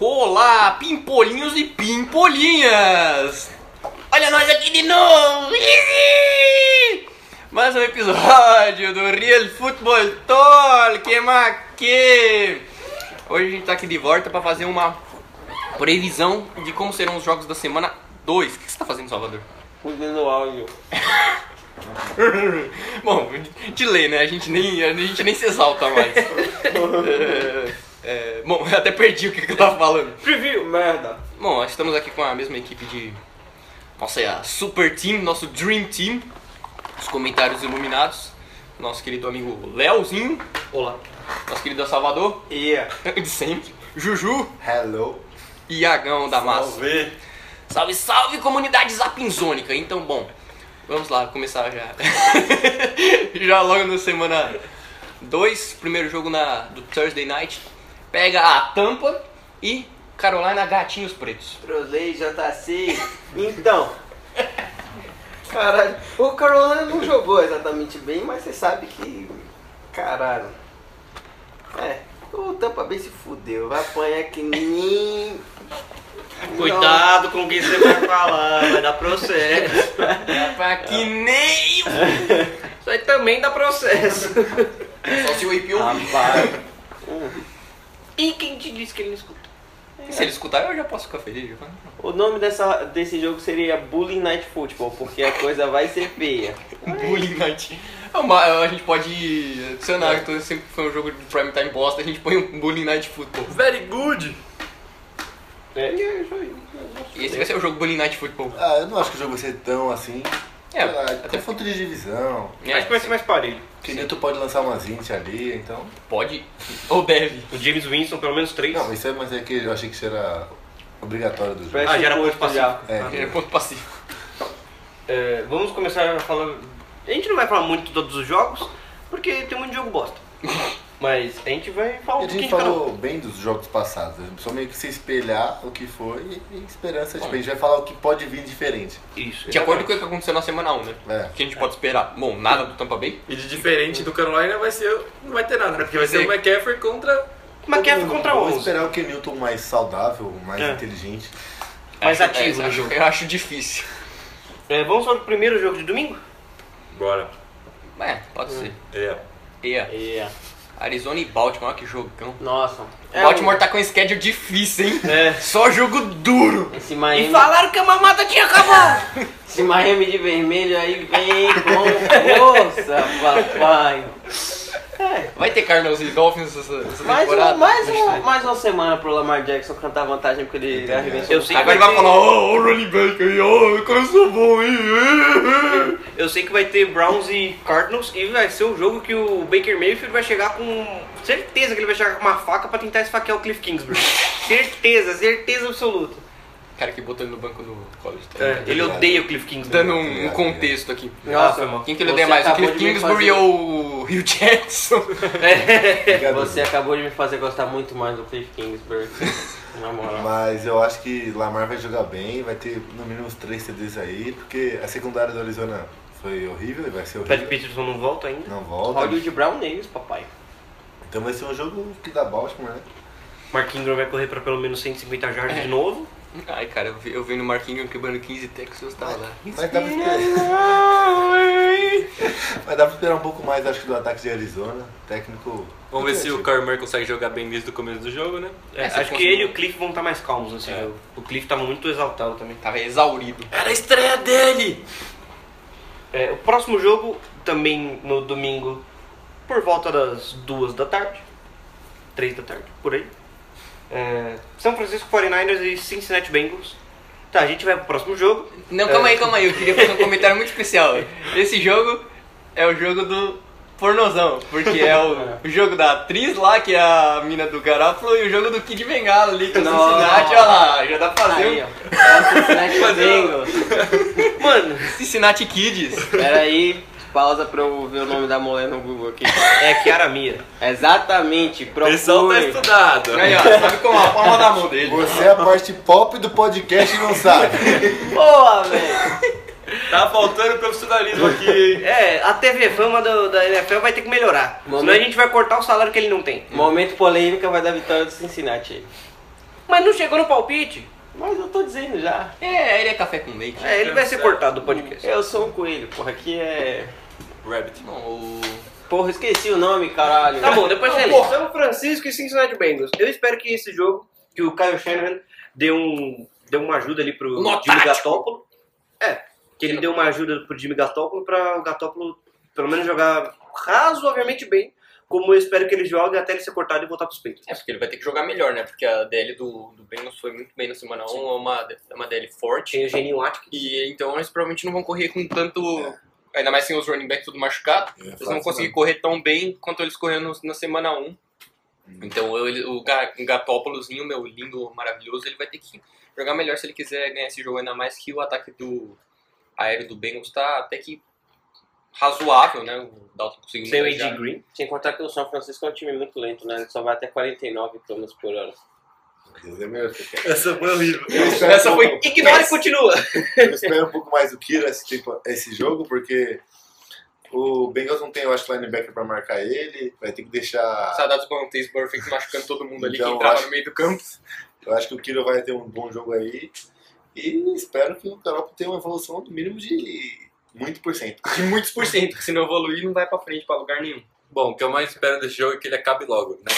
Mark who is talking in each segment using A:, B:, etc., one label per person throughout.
A: Olá, pimpolinhos e pimpolinhas! Olha nós aqui de novo! Mais um episódio do Real Football Talk, aqui! Hoje a gente tá aqui de volta pra fazer uma previsão de como serão os jogos da semana 2. O que você tá fazendo, Salvador?
B: Fudendo o áudio.
A: Bom, de lei, né? A gente nem, a gente nem se exalta mais. É, é, bom, eu até perdi o que que eu tava falando.
B: Preview, merda.
A: Bom, nós estamos aqui com a mesma equipe de. Nossa, é a Super Team, nosso Dream Team. Os comentários iluminados. Nosso querido amigo Leozinho. Olá. Nosso querido Salvador,
B: Yeah.
A: de sempre. Juju
C: Hello.
A: e Iagão da Massa.
B: Salve.
A: Salve, salve comunidade zapinzônica. Então, bom, vamos lá começar já. já logo na semana 2, primeiro jogo na, do Thursday Night. Pega a Tampa e Carolina Gatinhos Pretos.
B: Trolei, JC. Então. Caralho. O Carolina não jogou exatamente bem, mas você sabe que. Caralho. É. O Tampa Bay se fudeu. Vai apanhar que nem.
D: Cuidado com quem você vai falar, vai dar processo.
A: Pra que nem
D: Isso aí também dá processo.
A: Só se o IP ouvir.
B: Rapaz.
D: E quem te disse que ele não escuta?
A: Se ele escutar, eu já posso ficar feliz. já.
B: O nome dessa, desse jogo seria Bullying Night Football, porque a coisa vai ser feia.
A: um Bullying Night. É uma- a gente pode
E: É.
A: adicionar, que todo- sempre que foi um jogo de prime time bosta, a gente põe um Bullying Night Football.
D: Very good.
B: É,
A: E esse vai ser o jogo Bullying Night Football.
C: Ah, eu não acho que o jogo vai ser tão assim.
A: É,
C: Sei lá,
A: até
C: até foi de divisão.
A: é,
D: Acho que vai ser mais parelho.
C: Que nem tu pode lançar umas int ali, então.
A: pode ou deve.
D: O James Winston, pelo menos três.
C: Não, isso é, mas é que eu achei que isso era obrigatório do jogo.
B: Presta
D: Ah, já era
B: o
D: ponto
B: posto já.
D: pacífico.
C: É.
A: É ponto passivo.
D: É, vamos começar a falar. A gente não vai falar muito de todos os jogos, porque tem muito jogo bosta. Mas a gente vai falar um
C: E a gente
D: pouquinho de cada um.
C: falou bem dos jogos passados, né? só meio que se espelhar o que foi e, e esperança. Tipo, a gente vai falar o que pode vir diferente.
D: Isso.
A: De acordo com o que aconteceu na semana 1, né?
C: É.
A: O que a gente pode esperar? Bom, nada do Tampa Bay.
E: E de diferente do Carolina vai ser. Não vai ter nada, né? Porque vai ser
A: Sim.
E: o McCaffrey contra.
D: Mas quem é contra
C: Vamos
D: 11?
C: esperar o Kenilton mais saudável, mais
D: É.
C: inteligente.
D: Mais
A: Acho-
D: ativo
A: é,
D: no
A: acho-
D: jogo.
A: Eu acho difícil.
D: É, vamos falar do primeiro jogo de domingo?
E: Bora.
A: É, pode
B: Hum.
A: ser.
E: É.
A: E
B: Yeah.
A: Arizona e Baltimore, olha que jogão.
B: Nossa. É,
A: Baltimore tá com um schedule difícil, hein?
D: É.
A: Só jogo duro.
B: Esse Miami,
D: falaram que a mamada tinha acabado!
B: esse Miami de vermelho aí vem com força, papai. É,
A: Vai ter Cardinals e Dolphins essa, essa
B: mais,
A: temporada?
B: um, mais, um, mais uma semana pro Lamar Jackson cantar vantagem porque ele arremessou.
D: É, Eu
B: o
D: sei
B: cara.
A: Agora ele vai falar, ó, oh, running back aí, ó, o cara sou bom, hein?
D: Eu sei que vai ter Browns e Cardinals e vai ser o jogo que o Baker Mayfield vai chegar com. Certeza que ele vai chegar com uma faca pra tentar esfaquear o Cliff Kingsbury. certeza, certeza absoluta.
A: Cara que botou ele no banco do college. tá?
D: É, ele
C: ligado.
D: odeia o Cliff Kingsbury.
A: Dando um, um contexto aqui.
D: Ah, foi mal.
B: Nossa,
A: Quem que ele
B: Você
A: odeia mais, o
B: acabou
A: Cliff
B: de me
A: Kingsbury
B: fazer-
A: ou o Hugh Jackson?
D: é
C: Obrigado.
B: É, você acabou de me fazer gostar muito mais do Cliff Kingsbury. Na moral.
C: Mas eu acho que Lamar vai jogar bem, vai ter no mínimo uns três CDs aí, porque a secundária do Arizona foi horrível e vai ser
D: O Pat
C: horrível.
D: Peterson não volta ainda.
C: Não volta.
B: Hollywood Brown neles, papai.
C: Então vai ser um jogo que dá Baltimore, né?
D: Mark Ingram vai correr pra pelo menos 150 jardas de novo.
A: Ai, cara, eu vi, eu vi no Marquinhos quebrando 15 Texas, tava lá.
C: Mas dá pra esperar, mas dá pra esperar um pouco mais, acho que do ataque de Arizona. Técnico.
E: Vamos ver se o Carmer consegue jogar bem desde o começo do jogo, né?
D: É,
A: É, se
D: acho que
A: conseguir.
D: ele e o Cliff vão estar mais calmos nesse jogo. O Cliff tá muito exaltado também.
A: Tava exaurido.
E: Era a estreia dele!
D: É, o próximo jogo, também no domingo, por volta das duas da tarde, três da tarde, por aí. É, São Francisco 49ers e Cincinnati Bengals. Tá, a gente vai pro próximo jogo.
A: Não, calma aí, calma aí. Eu queria fazer um comentário muito especial. Esse jogo é o jogo do pornozão. Porque é o jogo da atriz lá, que é a mina do Garafalo, e o jogo do Kid Bengala ali, que é o
B: Nossa.
A: Cincinnati. Olha lá, já dá pra fazer
B: Aí, ó.
A: um
B: Tá Cincinnati Bengals.
D: Mano,
A: Cincinnati Kids.
B: Pera aí, pausa pra eu ver o nome da mulher no Google aqui.
D: é Kiara Mia.
B: Exatamente,
E: O pessoal tá
B: procure.
E: estudado.
A: Aí, ó, sabe como a palma da mão dele.
C: Você é a parte pop do podcast e não sabe.
B: Boa, velho.
E: Tá faltando profissionalismo aqui, hein?
D: É, a TV Fama do- da NFL vai ter que melhorar.
B: Momento.
D: Senão a gente vai cortar o salário que ele não tem.
B: Momento polêmica vai dar vitória do Cincinnati.
D: mas não chegou no palpite.
B: Mas eu tô dizendo já.
A: É, ele é café com leite.
D: É, ele vai ser cortado do podcast.
B: Eu sou um coelho, porra. Aqui é.
E: Rabbit.
A: Não, o...
B: Porra, esqueci o nome, caralho.
D: Tá bom, depois
B: Não,
D: tem
B: porra.
D: São Francisco e Cincinnati Bengals. Eu espero que esse jogo, que o Kyle Shanahan deu, um, deu uma ajuda ali pro
A: Nó
D: Jimmy
A: tático.
D: Gatópolo. É, que ele deu uma ajuda pro Jimmy Gatópolo pra o Gatópolo pelo menos jogar razoavelmente bem, como eu espero que ele jogue até ele ser cortado e voltar pros peitos.
A: É, porque ele vai ter que jogar melhor, né? Porque a DL do, do Bengals foi muito bem na semana 1, é uma, é uma DL forte.
D: Tem o Geninho Atkins.
A: E então eles provavelmente não vão correr com tanto. Ainda mais sem os running backs tudo machucado.
C: Eu ia
A: Eles
C: falar
A: não vão
C: isso,
A: conseguir correr tão bem quanto eles correram na semana 1. Então eu- ele- o Ga- o Gatópoloszinho, meu lindo, maravilhoso, ele vai ter que jogar melhor se ele quiser ganhar esse jogo. Ainda mais que o ataque do aéreo do Bengals tá até que razoável, né? O Dalton conseguiu
D: Tem o
A: engajar.
D: AJ Green.
B: Sem contar que o São Francisco é um time muito lento, né? Ele só vai até 49 km por hora.
C: Deus é melhor que eu quero.
D: Essa foi horrível.
C: Eu espero
D: Essa
C: um
D: foi.
C: pouco-
D: Ignora e continua.
C: Eu espero um pouco mais do Kira esse, tipo, esse jogo, porque o Bengals não tem, eu acho, linebacker pra marcar ele. Vai ter que deixar.
A: Saudades do Montez Burfict machucando todo mundo ali que
C: Então,
A: entrava
C: acho-
A: no meio do campo.
C: Eu acho que o Kiro vai ter um bom jogo aí. E espero que o Garoppolo tenha uma evolução no mínimo de muito por cento.
A: De muitos por cento, que se não evoluir não vai pra frente pra lugar nenhum.
E: Bom, o que eu mais espero desse jogo é que ele acabe logo, né?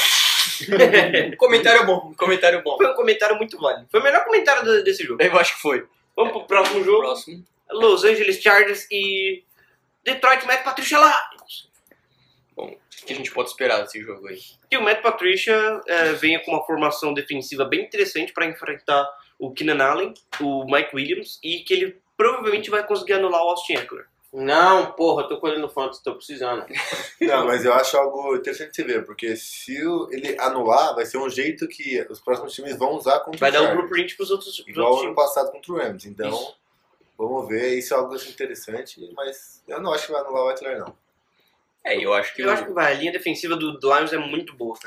A: Comentário bom, comentário bom.
D: Foi um comentário muito válido. Foi o melhor comentário do- desse jogo.
A: Eu acho que foi.
D: Vamos pro próximo jogo.
A: Próximo.
D: Los Angeles Chargers e Detroit Matt Patricia lá.
A: O que a gente pode esperar desse jogo aí?
D: Que o Matt Patricia eh, venha com uma formação defensiva bem interessante para enfrentar o Keenan Allen, o Mike Williams e que ele provavelmente vai conseguir anular o Austin Eckler.
B: Não, porra, eu tô colhendo fotos, tô precisando.
C: Não, mas eu acho algo interessante de se ver, porque se o- ele anular, vai ser um jeito que os próximos times vão usar contra
D: Vai
C: o
D: dar um o
C: Chargers.
D: blueprint pros outros, pros
C: Igual
D: outros
C: ano
D: times.
C: passado contra o Rams. Então,
A: Isso.
C: vamos ver. Isso é algo assim, interessante, mas eu não acho que vai anular o Atler, não.
A: É, eu acho que,
D: Eu
A: o-
D: acho que vai, a linha defensiva do Lions é muito boa.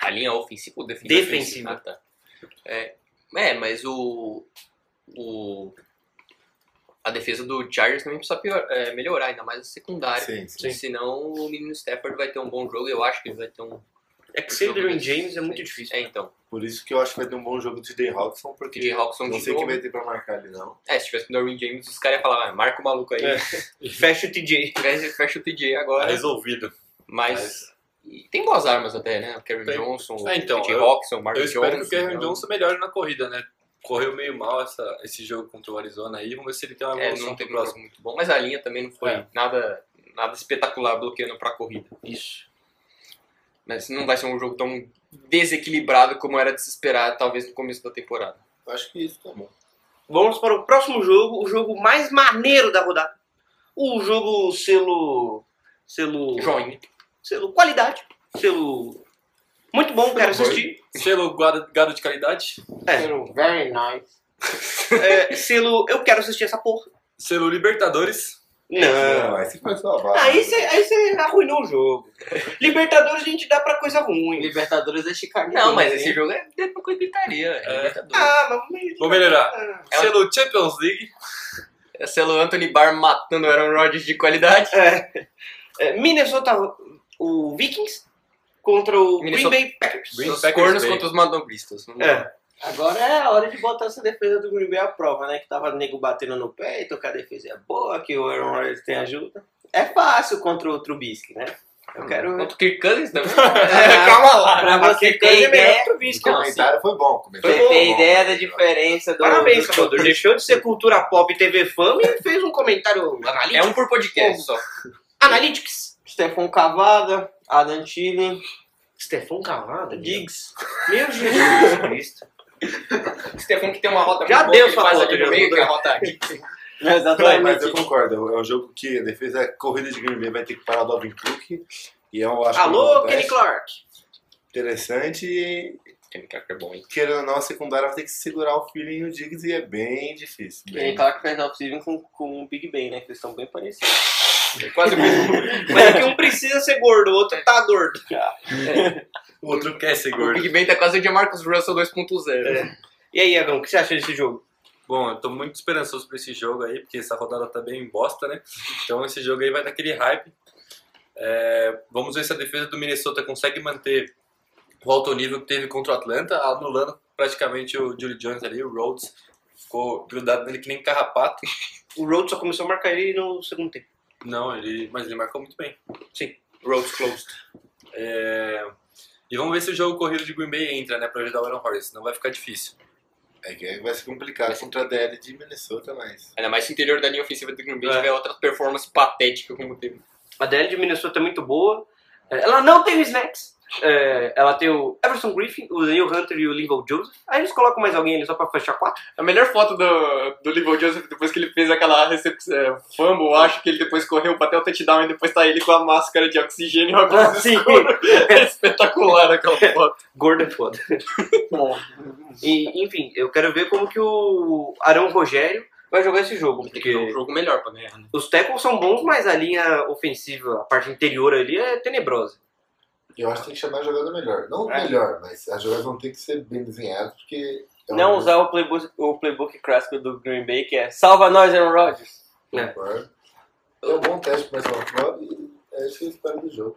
A: a linha ofensiva ou defensiva?
D: Defensiva.
A: Ah, tá. É, é, mas o, o. A defesa do Chargers também precisa pior- é, melhorar, ainda mais a secundária.
C: Sim, sim.
A: Senão o menino Stafford vai ter um bom jogo, eu acho que ele vai ter um.
D: É que sem o Derwin James é muito difícil.
A: É, então.
C: Por isso que eu acho que vai ter um bom jogo de Jay Hawkinson, porque
A: TJ Hawkinson
C: não
A: de
C: sei quem
A: novo.
C: vai ter pra marcar ele, não.
A: É, se tivesse com o Derwin James, os caras iam falar, ah, marca o maluco aí.
D: É. Fecha o TJ.
A: Fecha- Fecha o TJ agora.
E: Tá resolvido.
A: Mas. e tem boas armas até, né? O Kevin
E: Tem.
A: Johnson,
E: É, então,
A: o T.J.
E: eu-
A: Hawkinson, o Mark
E: Eu espero que
A: Jones.
E: o Kevin
A: então-
E: Johnson melhore na corrida, né? Correu meio mal essa, esse jogo contra o Arizona aí. Vamos ver se ele tem uma
A: É,
E: evolução
A: não
E: pro
A: teve um
E: próximo.
A: jogo muito bom, mas a linha também não foi
E: É.
A: nada, nada espetacular bloqueando pra corrida.
D: Isso.
A: Mas não vai ser um jogo tão desequilibrado como era de se esperar, talvez no começo da temporada.
C: Eu acho que isso tá bom.
D: Vamos para o próximo jogo, o jogo mais maneiro da rodada. O jogo selo. selo.
A: Joinha.
D: selo qualidade, selo muito bom, quero assistir.
E: Selo guarda- gado de qualidade.
D: É,
A: um
B: Very nice.
D: é, selo eu quero assistir essa porra.
E: Selo Libertadores.
C: Não, aí você foi só abaixo.
D: Ah, Aí você aí cê arruinou o jogo. Libertadores a gente dá pra coisa ruim.
B: Libertadores é Chicago.
A: Não, mas
B: hein?
A: esse jogo é é uma coisa de pitaria, é,
E: É.
A: Libertadores.
D: Ah, mas.
E: Vou melhorar.
D: Ah,
A: É
E: Selo Champions League.
A: Esse é o Anthony Barr matando o Aaron Rodgers de qualidade.
D: É, é, Minnesota, o Vikings contra o
A: Minnesota-
D: Green Bay Packers.
E: Green
A: os
E: Packers
A: cornos
E: Bay.
A: contra os manobristas.
D: É.
B: Agora é a hora de botar essa defesa do Green Bay à prova, né? Que tava nego batendo no pé, então que a defesa é boa, que o Aaron Rodgers tem ajuda. É fácil contra o Trubisky, né? Eu quero...
D: Hum.
A: Contra o Kirk Cousins também.
D: É, Calma lá,
B: Ah, Pra
D: mas
B: você
D: que
B: ter
D: coisa é melhor
B: ideia-
D: que o
C: O
D: Vikings.
C: comentário foi bom. o comentário
B: Você
C: foi
B: tem
C: bom.
B: ideia da diferença do...
D: Parabéns,
B: do-
D: Salvador. Deixou de ser cultura pop e TV fama e fez um comentário
A: É
D: analítico.
A: um por podcast só.
D: Analytics.
B: Stefan Cavada, Adam Thielen,
D: Stefan Cavada.
B: Diggs.
D: Meu Jesus Cristo.
A: Stefan que tem uma rota
D: Já
A: muito
D: deu
A: boa, que ele
D: sua
A: faz
D: rota,
A: ali no
D: já
A: meio,
D: mudou.
A: que é a rota aqui.
C: Não,
B: Exatamente.
C: mas eu concordo. É um jogo que a defesa é corrida de Green Bay vai ter que parar o Dalvin Cook. E eu acho
D: Alô,
C: que é um
D: Kenny
C: teste
D: Clark.
C: interessante. E
A: Kenny Clark é bom, hein?
C: querendo ou não, a secundária vai ter que segurar o feeling e o Diggs. E é bem difícil.
B: Ele
C: Bem...
B: claro que fez off-season com, com o Big Ben, né? Que eles são bem parecidos.
A: é Quase o mesmo.
D: Mas é que um precisa ser gordo, o outro tá gordo.
E: O outro quer ser
A: o
E: gordo.
A: Big Ben tá quase o Jamarcus Russell 2.0.
D: É. E aí, Agão, o que você achou desse jogo?
E: Bom, eu tô muito esperançoso pra esse jogo aí, porque essa rodada tá bem bosta, né? Então esse jogo aí vai daquele hype. É, vamos ver se a defesa do Minnesota consegue manter o alto nível que teve contra o Atlanta, anulando praticamente o Julio Jones ali, o Rhodes. Ficou grudado nele que nem carrapato.
D: O Rhodes só começou a marcar ele no segundo tempo.
E: Não, ele, mas ele marcou muito bem.
D: Sim.
E: Roads closed. É, E vamos ver se o jogo corrido de Green Bay entra, né, pra ajudar o Aaron Rodgers. Não vai ficar difícil.
C: É que vai ser complicado contra a DL de Minnesota, mas.
A: Ainda mais se o interior da linha ofensiva do Green Bay
D: É.
A: tiver outra performance patética como teve.
D: A DL de Minnesota é muito boa. É, Ela não tem o Snacks. É, ela tem o Everson Griffin, o Daniel Hunter e o Linval Joseph. Aí eles colocam mais alguém ali só pra fechar quatro.
A: A melhor foto do, do Livon Joseph, depois que ele fez aquela recepção, é, fumble, eu acho que ele depois correu, bateu o touchdown e depois tá ele com a máscara de oxigênio e o óculos
D: Ah, Sim.
A: escuro. É espetacular aquela foto.
D: Gordo é foda. E, enfim, eu quero ver como que o Arão Rogério vai jogar esse jogo. Porque
A: jogo melhor pra ganhar, né?
D: os tackles são bons, mas a linha ofensiva, a parte interior ali é tenebrosa.
C: Eu acho que tem que chamar a jogada melhor. Não
B: É.
C: melhor, mas as jogadas vão ter que ser bem desenhadas, porque. é um
B: Não usar o playbook, o playbook clássico do Green Bay, que é Salva nós, Aaron Rodgers.
C: Concordo. É um bom teste para São Paulo e é isso que eu espero do jogo.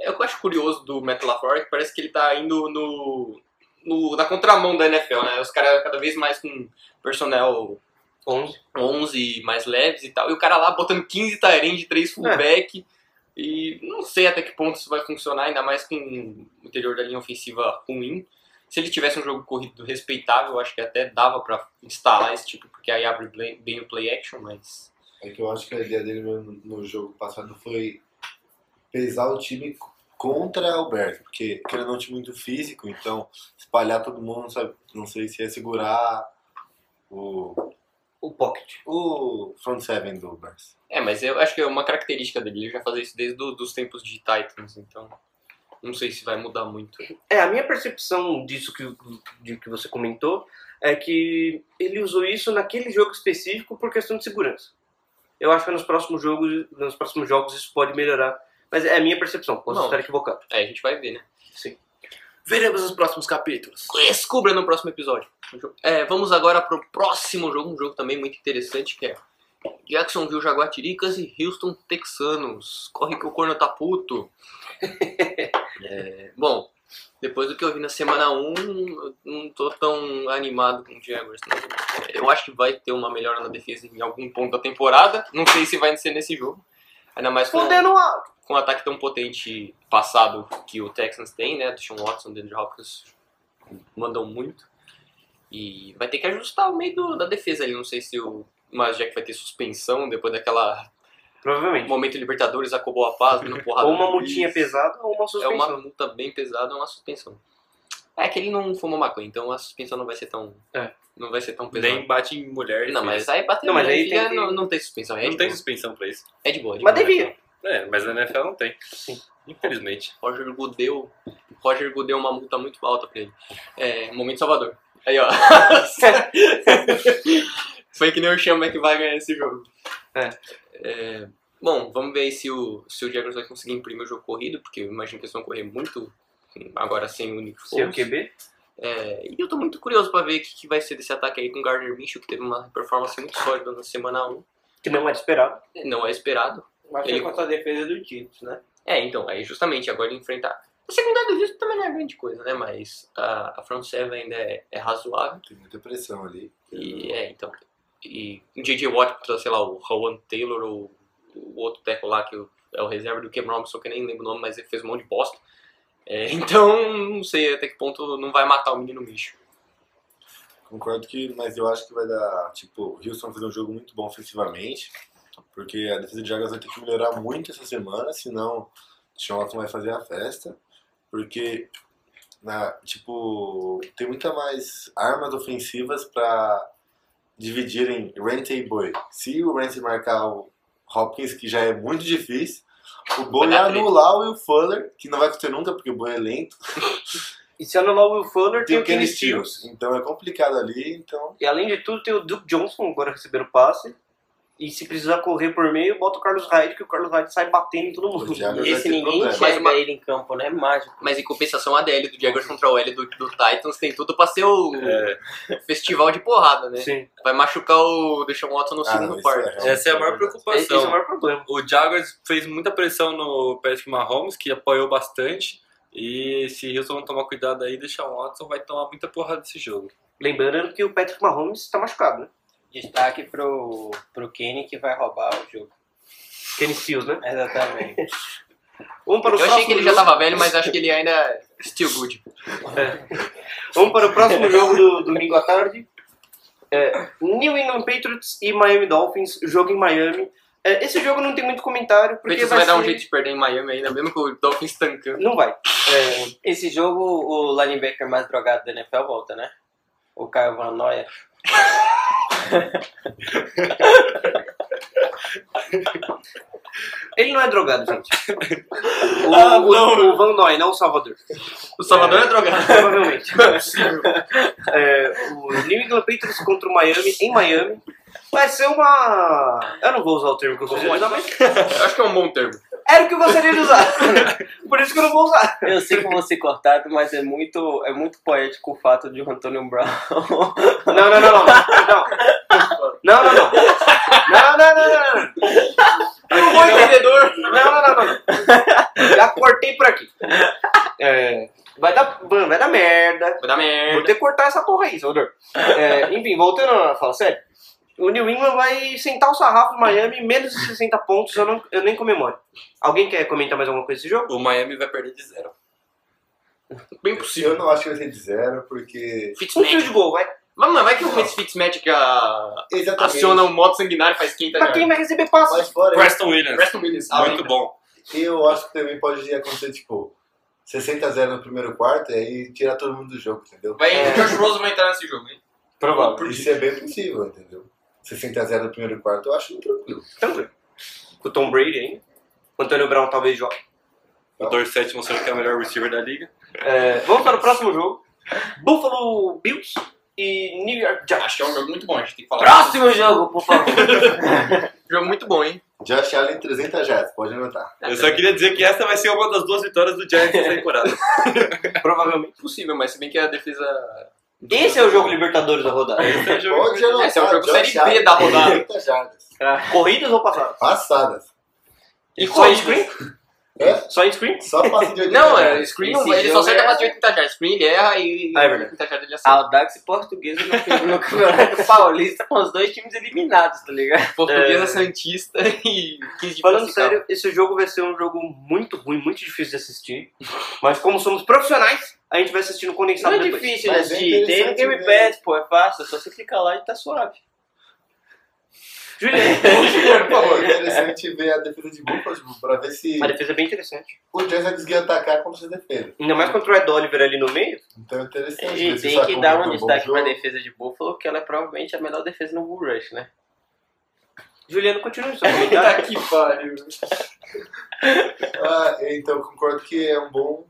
A: É, o que eu acho curioso do Matt LaFleur é que parece que ele tá indo no, no- na contramão da NFL, né? Os caras cada vez mais com personnel
D: 11.
A: 11 mais leves e tal, e o cara lá botando 15 Tyrande de 3 fullback. E não sei até que ponto isso vai funcionar, ainda mais com o interior da linha ofensiva ruim. Se ele tivesse um jogo corrido respeitável, eu acho que até dava pra instalar esse tipo, porque aí abre bem bem o play action, mas.
C: É que eu acho que a ideia dele no, no jogo passado foi pesar o time c- contra o Bears, porque querendo ou não, um time muito físico, então espalhar todo mundo, não, sabe, não sei se ia segurar o,
D: O pocket.
C: o front seven do Bears.
A: É, mas eu acho que é uma característica dele, ele já fazia isso desde do- os tempos de Titans, então. Não sei se vai mudar muito.
D: É, a minha percepção disso que, de que você comentou é que ele usou isso naquele jogo específico por questão de segurança. Eu acho que nos próximos jogos, nos próximos jogos isso pode melhorar. Mas é a minha percepção, posso
A: Não.
D: estar equivocado.
A: É, a gente vai ver, né?
E: Veremos os próximos capítulos.
A: descubra no próximo episódio. É, vamos agora pro próximo jogo, um jogo também muito interessante que é Jacksonville Jaguatiricas e Houston Texanos. Corre que o corno tá puto. É, bom, depois do que eu vi na semana 1, eu não tô tão animado com o Jaguars. não. Eu acho que vai ter uma melhora na defesa em algum ponto da temporada. Não sei se vai ser nesse jogo. Ainda mais com
D: Fudendo a...
A: com um ataque tão potente passado que o Texans tem, né? Do Sean Watson, Deandre Hopkins mandam muito. E vai ter que ajustar o meio do- da defesa ali. Não sei se o mas já que vai ter suspensão depois daquela
D: Provavelmente.
A: momento Libertadores acabou a paz, dando porrada.
D: Ou uma
A: no juiz.
D: multinha pesada ou uma
A: É
D: suspensão.
A: uma multa bem pesada, é uma suspensão. É que ele não fumou maconha, então a suspensão não vai ser tão
D: É.
A: não vai ser tão pesada.
E: Nem bate em mulher.
A: Não,
E: filho.
A: mas aí bateu
D: Não, mas aí
A: fica-
D: tem que-
A: não, não tem suspensão, é
E: Não
A: de
E: tem
A: boa.
E: suspensão pra isso.
A: É de boa. é de
D: Mas
A: boa,
D: devia.
E: É, mas na NFL não tem.
D: Sim.
E: Infelizmente.
A: Roger Goodell. Roger Goodell uma multa muito alta pra ele. É, momento Salvador. Aí, ó. Foi que nem o Chama que vai ganhar esse jogo.
D: É.
A: É, bom, vamos ver aí se o, se o Jaguars vai conseguir imprimir o jogo corrido, porque eu imagino que eles vão correr muito agora sem o Nick
D: Se é o
A: Foles.
D: QB.
A: É, e eu tô muito curioso pra ver o que, que vai ser desse ataque aí com o Gardner Minshew, que teve uma performance muito sólida na semana 1.
D: Que não era esperado.
A: Não é esperado.
B: Mas
A: Ele-
B: foi contra a defesa do Chiefs, né?
A: É, então, aí justamente agora ele enfrentar. A secundária do Houston também não é grande coisa, né? Mas a, a front seven ainda é, é razoável.
C: Tem muita pressão ali.
A: E é, então. E o J.J. Watt contra, sei lá, o Rowan Taylor ou o outro teco lá que o- é o reserva do Cam Robinson, que eu nem lembro o nome, mas ele fez um monte de bosta. É, então, não sei até que ponto não vai matar o menino bicho.
C: Concordo que, mas eu acho que vai dar, tipo, o Houston vai fazer um jogo muito bom ofensivamente, porque a defesa de Jaguars vai ter que melhorar muito essa semana, senão o Sean Watson vai fazer a festa, porque na, tipo, tem muita mais armas ofensivas para dividirem Ramsey e Boy. Se o Ramsey marcar o Hopkins, que já é muito difícil, o Boy
A: dar
C: vai anular o Will Fuller, que não vai acontecer nunca porque o Boy é lento,
D: E se anular o Will Fuller,
C: tem o Kenny Stills. Então é complicado ali, então
D: E além de tudo, tem o Duke Johnson agora recebendo passe. E se precisar correr por meio, bota o Carlos Hyde, que o Carlos Hyde sai batendo em todo mundo.
C: O Jaguars
B: E
C: vai
B: esse
C: ter
B: ninguém
C: problema.
B: enxerga
A: Mas uma-
B: ele em campo, né? Mágico.
A: Mas em compensação, a DL do Jaguars contra o L do, do Titans tem tudo pra ser o
E: É,
A: festival de porrada, né?
D: Sim.
A: Vai machucar o Deixa Watson no
C: Ah,
A: segundo
C: não, isso
A: quarto.
C: é realmente
E: essa é a maior
C: verdade.
D: Esse é o
E: preocupação.
D: maior problema.
E: O Jaguars fez muita pressão no Patrick Mahomes, que apoiou bastante. E se Houston não tomar cuidado aí, deixar o Watson vai tomar muita porrada desse jogo.
D: Lembrando que o Patrick Mahomes está machucado, né?
B: Destaque pro, pro Kenny que vai roubar o jogo.
D: Kenny Fields, né?
B: Exatamente.
D: Vamos para
A: Eu
D: o próximo
A: achei que ele já
D: jogo.
A: tava velho, mas acho que ele ainda é still good.
D: Vamos para o próximo jogo do domingo à tarde. É, New England Patriots e Miami Dolphins, jogo em Miami. É, esse jogo não tem muito comentário,
A: O
D: porque
A: Patriots
D: vai,
A: vai dar um
D: ser-
A: jeito de perder em Miami ainda, mesmo com o Dolphins tancando.
D: Não vai. É,
B: Esse jogo, o linebacker mais drogado da NFL volta, né? O Caio Van Noia.
D: ele não é drogado, gente. O,
A: Ah,
D: o-
A: não.
D: o Van Noy, não o Salvador.
A: O Salvador é, drogado.
D: Provavelmente. É, o New England Patriots contra o Miami, em Miami. Vai ser uma. Eu não vou usar o termo que eu gostaria de usar, mas
A: Eu acho que é um bom termo.
D: era o que eu gostaria de usar. Por isso que eu não vou usar.
B: Eu sei que vou ser cortado, mas é muito, é muito poético o fato de o Antônio Brown.
D: Não, não, não, não. Não, não, não. não. Não, não, não, não, não.
A: Um bom entendedor.
D: Não, não, não, não. Já cortei por aqui. É, vai dar ban, vai dar merda.
A: Vai dar
D: Vou
A: merda.
D: ter que cortar essa porra aí, Salvador. É, enfim, voltando a falar sério. O New England vai sentar o sarrafo do Miami, menos de 60 pontos, eu, não, eu nem comemoro. Alguém quer comentar mais alguma coisa desse jogo?
E: O Miami vai perder de zero.
A: Bem
C: Eu
A: possível.
C: não acho que vai ser de zero, porque.
D: Um fio de
A: Fitzmagic.
D: gol, vai.
A: Vamos lá, vai que o Fitzmagic ah,
C: Exatamente.
A: aciona o modo sanguinário e faz quinta
D: Pra quem
A: já.
D: vai receber passe?
C: Mas fora isso,
E: Preston Williams.
A: Preston Williams.
E: Ah, Muito bom.
C: eu acho que também pode acontecer, tipo, 60 a 0 no primeiro quarto e aí tirar todo mundo do jogo, entendeu?
A: Vai, O Josh Rosen vai entrar nesse jogo, hein?
D: Provável.
C: Isso é bem possível, entendeu? 60 a 0 no primeiro quarto, eu acho tranquilo.
D: Tranquilo. Com o Tom Brady ainda. O Antônio Brown talvez jogue.
E: O Dorset mostrou que é o melhor receiver da liga.
D: É, vamos para o próximo jogo. Buffalo Bills e New York Giants.
A: Acho que é um jogo muito bom, a gente tem que falar.
B: Próximo jogo, por favor.
A: Jogo muito bom, hein?
C: Josh Allen 300 jardas, pode anotar.
E: Eu só queria dizer que essa vai ser uma das duas vitórias do Giants nessa temporada.
D: Provavelmente.
A: Impossível, mas se bem que a defesa.
D: Esse é o jogo Libertadores da rodada.
E: Esse é o jogo
C: Pode anotar.
A: Esse é o jogo
C: Josh
A: Série B
C: Allen,
A: da rodada.
C: 300 jardas.
D: Corridas ou passadas?
C: Passadas.
A: E
D: Só em
A: corridas.
D: screen?
C: Hã?
D: Só em screen?
C: Só passe de 80
A: Não, é,
C: jardas.
A: screen
B: Esse
A: não, ele
B: jogo
A: só acerta
B: é-
A: mais de 80 jardas. Screen ele erra e
D: Ah, é verdade.
A: 80 jardas ele acerta.
B: Audax portuguesa no, no campeonato paulista com os dois times eliminados, tá ligado?
A: Portuguesa,
D: é.
A: Santista e 15 de
D: Falando
A: Piracicaba.
D: sério, esse jogo vai ser um jogo muito ruim, muito difícil de assistir. Mas como somos profissionais, a gente vai assistir no
B: Não
D: condensado
B: é
D: depois.
B: difícil de
C: Mas é
B: assistir. Tem no
C: interessante
B: Game
C: ver.
B: Pass, pô, é fácil. Só você clicar lá e tá suave.
D: Juliano,
C: Por favor, interessante ver a defesa de Buffalo, tipo, pra ver se
D: a defesa é bem interessante.
C: o Giants vai conseguir atacar contra essa defesa.
D: Ainda mais contra o Ed Oliver ali no meio.
C: Então é interessante. ver
B: E
C: se
B: tem
C: isso
B: que
C: é
B: dar um
C: muito bom
B: destaque pra
C: jogo.
B: defesa de Buffalo, porque ela é provavelmente a melhor defesa no Bull Rush, né?
D: Juliano, continua o seu comentário.
A: que pariu.
C: Ah, então concordo que é um bom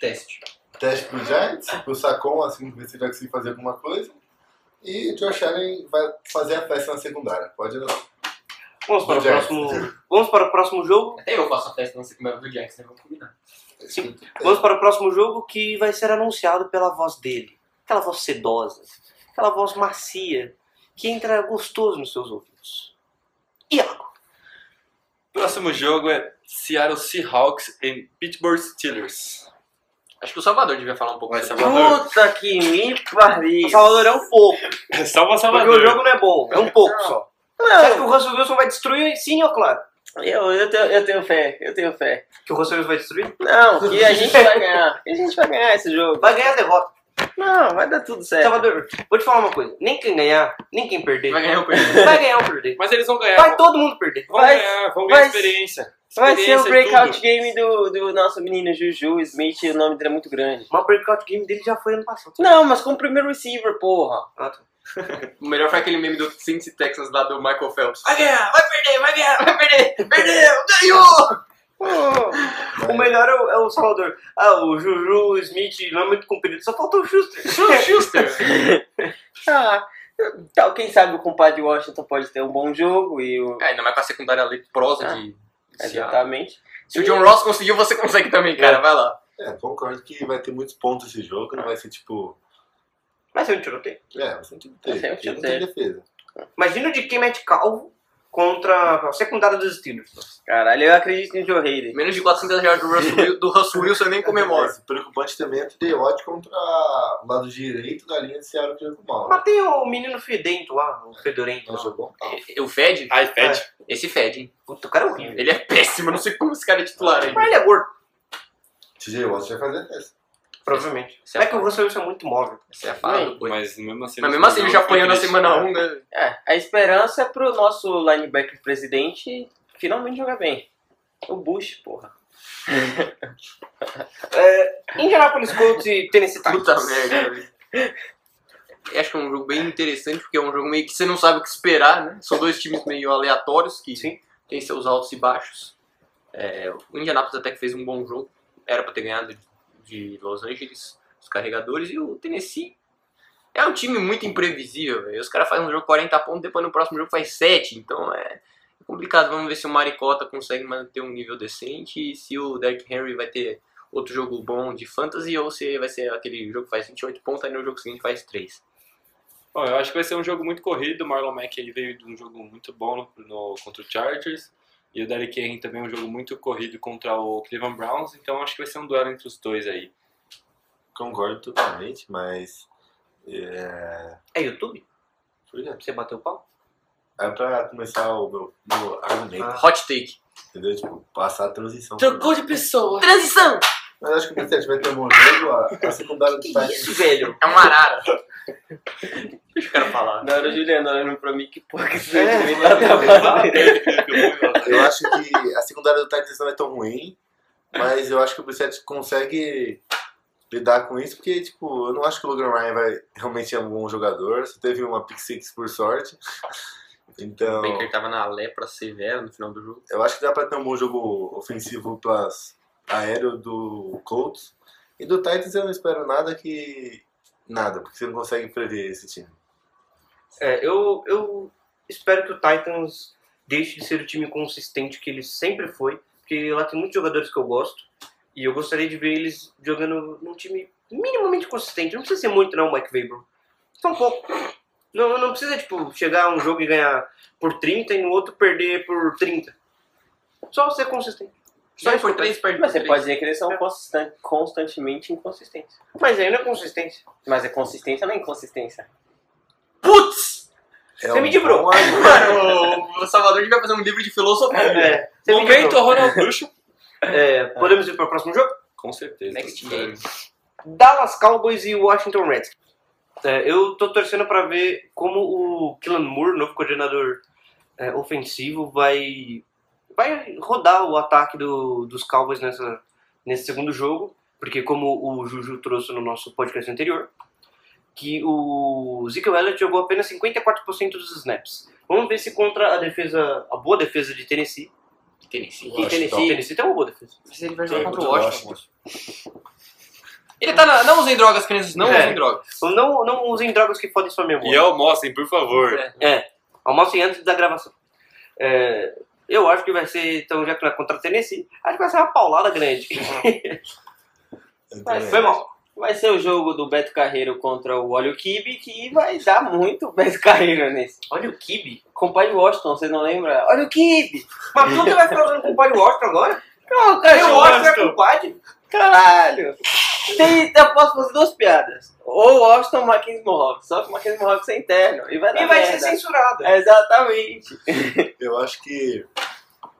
A: Teste.
C: teste pro Giants, pro Sacon, assim, ver se ele vai conseguir fazer alguma coisa. E o Josh Allen vai fazer a festa na secundária. Pode não.
D: Vamos para o
C: Giants.
D: próximo, vamos para o próximo jogo.
A: Até eu faço a festa nesse primeiro é do Jackson, vamos combinar.
D: Sim. Vamos para o próximo jogo que vai ser anunciado pela voz dele. Aquela voz sedosa, aquela voz macia, que entra gostoso nos seus ouvidos. Iago.
E: Próximo jogo é Seattle Seahawks e Pittsburgh Steelers.
A: Acho que o Salvador devia falar um pouco
E: Vai,
A: sobre
E: Salvador.
B: Puta que me pariu. Tá
D: O Salvador é um pouco,
E: Salva
D: porque
E: Salvador.
D: o jogo não é bom, é um pouco só. Você acha que o Russell Wilson vai destruir? Sim ou claro?
B: é Eu, eu, tenho, eu tenho fé, eu tenho fé.
D: Que o Russell Wilson vai destruir?
B: Não, que a gente vai ganhar. Que a gente vai ganhar esse jogo.
D: Vai ganhar a derrota.
B: Não, vai dar tudo certo.
D: Salvador, vou te falar uma coisa. Nem quem ganhar, nem quem perder,
A: Vai
D: vai
A: ganhar o prêmio.
D: ganhar ou perder.
E: Mas eles vão ganhar.
D: Vai todo mundo perder.
E: vão
B: vai-
E: ganhar, vão ganhar
B: vai-
E: experiência.
B: Vai ser o
E: Experiência e
B: breakout
E: tudo.
B: game do, do nosso menino Juju Smith, o nome dele é muito grande.
D: Mas o breakout game dele já foi ano passado.
B: Não, mas como primeiro receiver, porra.
D: Ah, tá.
A: O melhor foi aquele meme do Cincy Texas lá do Michael Phelps.
B: Vai ganhar, vai perder, vai ganhar, vai perder, perdeu, ganhou!
D: O melhor é o, é o Salvador. Ah, o Juju, o Smith, não é muito comprido. Só faltou o Schuster.
A: Schuster.
B: Ah, tal, quem sabe o compadre Washington pode ter um bom jogo e o...
A: É, ainda mais com a secundária leprosa
B: Ah,
A: de Seattle.
B: Exatamente.
A: Se o John Ross conseguiu, você consegue também, cara. Vai lá.
C: É, concordo que vai ter muitos pontos esse jogo, não vai ser tipo.
D: Mas eu não tiroteio.
C: É, você não tem que
B: Vai ser um
C: ter. porque Não tem
B: tiroteio.
C: defesa.
D: Imagina o de quem mete calvo contra a secundária dos Steelers.
B: Caralho, eu acredito em Joe Hayden.
A: Menos de 400 reais do Russell, Wil- do Russell Wilson eu nem comemoro.
C: Mas preocupante também é ter ódio contra o lado direito da linha de Seattle que jogou mal. né?
D: Mas tem o menino fedento lá, o fedorento.
C: Não
D: lá.
C: jogou mal.
A: O Ah, é Fed?
E: Ai, Fed.
A: Esse Fed, hein?
D: Puta, o cara é horrível.
A: Ele é péssimo, eu não sei como esse cara é titular ainda.
D: Mas ele é gordo,
C: TJ Watt vai fazer festa.
D: provavelmente.
A: Isso é
D: É, que o Russell Wilson é muito móvel.
A: Essa é a fala do boi.
E: Mas mesmo assim.
A: Mas mesmo assim, ele já apanhou na semana 1, né?
F: É, a esperança é pro nosso linebacker presidente finalmente jogar bem. O Bush, porra.
D: Indianapolis Colts e Tennessee Titans.
A: Puta merda, velho. Eu Acho que é um jogo bem interessante, porque é um jogo meio que você não sabe o que esperar, né? São dois times meio aleatórios que
D: Sim.
A: têm seus altos e baixos. É, o Indianapolis até que fez um bom jogo, era pra ter ganhado de Los Angeles, os carregadores, e o Tennessee é um time muito imprevisível, velho. Os caras fazem um jogo 40 pontos, depois no próximo jogo faz 7, então é complicado. Vamos ver se o Maricota consegue manter um nível decente e se o Derrick Henry vai ter outro jogo bom de fantasy ou se vai ser aquele jogo que faz 28 pontos aí no jogo seguinte faz 3.
E: Bom, eu acho que vai ser um jogo muito corrido. O Marlon Mack ele veio de um jogo muito bom no, no- contra o Chargers. E o Derrick Henry também é um jogo muito corrido contra o Cleveland Browns. Então acho que vai ser um duelo entre os dois aí.
C: Concordo totalmente, mas. É,
D: É YouTube?
C: por exemplo,
D: Você bateu o pau?
C: é pra começar o meu, meu argumento,
D: Ah.
A: Hot take.
C: entendeu? Tipo, passar a transição.
F: de pessoa.
A: Transição!
C: Mas acho que o Presidente vai ter um bom jogo, a, a secundária do Titans.
F: Isso, velho.
A: É uma arara. Deixa o cara falar.
F: Na hora, Juliano, olhando pra mim, que porra que você
D: É.
F: me tá trabalhando.
C: um Eu acho que a secundária do Titans não é tão ruim, mas eu acho que o Brissette consegue lidar com isso, porque, tipo, eu não acho que o Logan Ryan vai, realmente é um bom jogador, só teve uma pick six por sorte. Então,
A: O Baker tava na lepra severa no final do jogo.
C: eu acho que dá pra ter um bom jogo ofensivo plus aéreo do Colts. E do Titans eu não espero nada que... Nada, porque você não consegue prever esse time.
D: É, eu, eu espero que o Titans deixe de ser o time consistente que ele sempre foi, porque lá tem muitos jogadores que eu gosto, e eu gostaria de ver eles jogando num time minimamente consistente. Não precisa ser muito, não, Mike Weber. Só um pouco. Não, não precisa, tipo, chegar a um jogo e ganhar por 30 e no outro perder por 30. Só ser consistente. Só
A: Só
D: isso.
A: foi 3 perde
F: Mas
A: por
F: você
A: três.
F: pode dizer que eles são consistan- constantemente inconsistentes.
D: Mas aí não é consistência.
F: Mas é consistência ou não é inconsistência?
A: Putz!
C: É
D: Você me dibrou.
C: bom argumento.
A: Mano, o Salvador devia fazer um livro de filosofia.
D: É, você me
E: Momento
D: quebrou.
E: Ronald Bruxo.
D: É, podemos ir para o próximo jogo?
E: Com certeza.
A: Next game.
D: Dallas Cowboys e Washington Redskins. É, eu tô torcendo pra ver como o Killan Moore, novo coordenador é, ofensivo, vai vai rodar o ataque do- dos Cowboys nessa, nesse segundo jogo, porque como o Juju trouxe no nosso podcast anterior, que o Zeke Elliott jogou apenas 54% dos snaps. Vamos ver se contra a defesa, a boa defesa de Tennessee,
A: Tennessee.
D: e Tennessee, Tennessee tem uma boa defesa.
A: Mas ele vai jogar
C: É,
A: contra o
C: contra o
A: Washington. Ele tá na... Não usem drogas, crianças. Não
D: É.
A: usem drogas.
D: Então não, não usem drogas que fodem sua memória.
E: E almocem, por favor.
D: Almocem antes da gravação. É, eu acho que vai ser, então, já que não é contra a Tennessee, acho que vai ser uma paulada grande.
C: Eu
F: Mas
C: também.
D: Foi mal.
F: Vai ser o jogo do Beto Carreiro contra o Olho Kibe, que vai dar muito Beto Carreiro nesse.
D: Olha o Kibe.
F: Com o pai Washington, você não lembra? Olha o Kibe!
D: Mas tu que vai ficar usando com o Padre Washington agora?
F: Não, cara,
D: Eu
F: eu acho
D: Washington é compadre?
F: Caralho! Tem, eu posso fazer duas piadas. Ou Washington ou Mackenzie Mohawk. Só que o Mackenzie Mohawk é interno. E vai dar
D: é, E vai ser
F: merda.
D: censurado.
F: Exatamente.
C: Eu acho que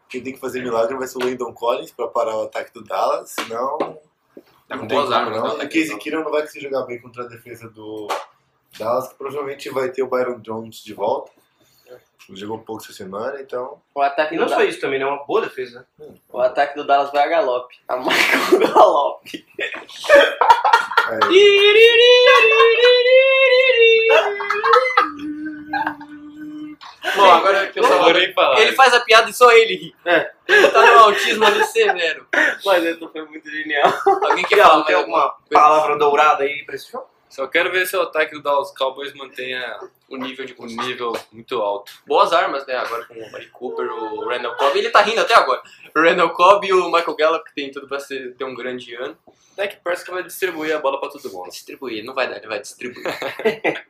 C: quem tem que fazer milagre vai ser o Landon Collins pra parar o ataque do Dallas, senão.
A: Tá com
C: tem
A: boas
C: como
A: armas, né, o
C: Não. E
A: ataque
C: que
A: do
C: esse Kieran não vai conseguir jogar bem contra a defesa do Dallas, que provavelmente vai ter o Byron Jones de volta. Jogou pouco essa semana, então.
F: O ataque,
D: E
F: do
D: não só
F: Dallas,
D: isso também, né? É uma boa defesa.
F: o ataque do Dallas vai a galope. A Michael Galope.
C: É,
A: Bom, agora que o
E: Por
A: Salvador...
E: favor, nem falar.
A: Ele faz a piada e só ele ri.
D: É.
A: Ele tá no autismo ali severo.
F: Mas isso foi muito genial.
A: Alguém quer falar
D: Tiago,
A: mais
D: tem
A: alguma
D: alguma palavra dourada aí pra esse jogo?
E: Só quero ver se o ataque do Dallas Cowboys mantenha
A: O nível de
E: um
A: consistência.
E: nível muito alto.
A: Boas armas, né? Agora com o Mari Cooper, o Randall Cobb. Ele tá rindo até agora. O Randall Cobb e o Michael Gallup, que tem tudo pra ser, ter um grande ano.
E: Até que parece que vai distribuir a bola pra todo mundo.
A: Distribuir, não vai dar, ele vai distribuir. É,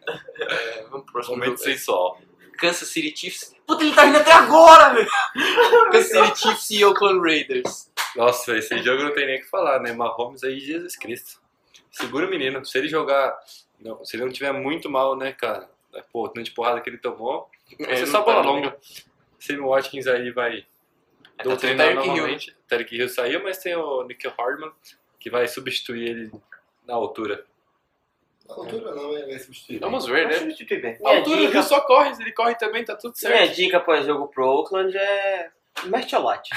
A: vamos pro próximo
E: Um Momento
A: jogo.
E: sensual.
A: Kansas City Chiefs Puta, ele tá vindo até agora, velho. Kansas City Chiefs e Oakland Raiders.
E: Nossa, velho, esse jogo não tem nem o que falar, né? Mahomes aí, Jesus Cristo. Segura o menino. Se ele jogar. Não, se ele não tiver muito mal, né, cara? É, Pô, o tanto de porrada que ele tomou. Vai ser
A: não
E: só
A: tá
E: bola
A: bem.
E: longa. Sammy Watkins aí vai
A: tá
E: doutrinar
A: tudo Tyreek Hill,
E: novamente. Tarek Hill saiu, mas tem o Nickel Hardman, que vai substituir ele na altura.
C: A altura não vai, vai substituir.
A: Vamos ver,
D: Acho
A: né?
D: que substitui bem.
E: A
B: Minha
E: altura o
B: dica,
E: Hill só corre, ele corre também, tá tudo certo.
B: minha dica para jogo pro Oakland é. Mertiolate.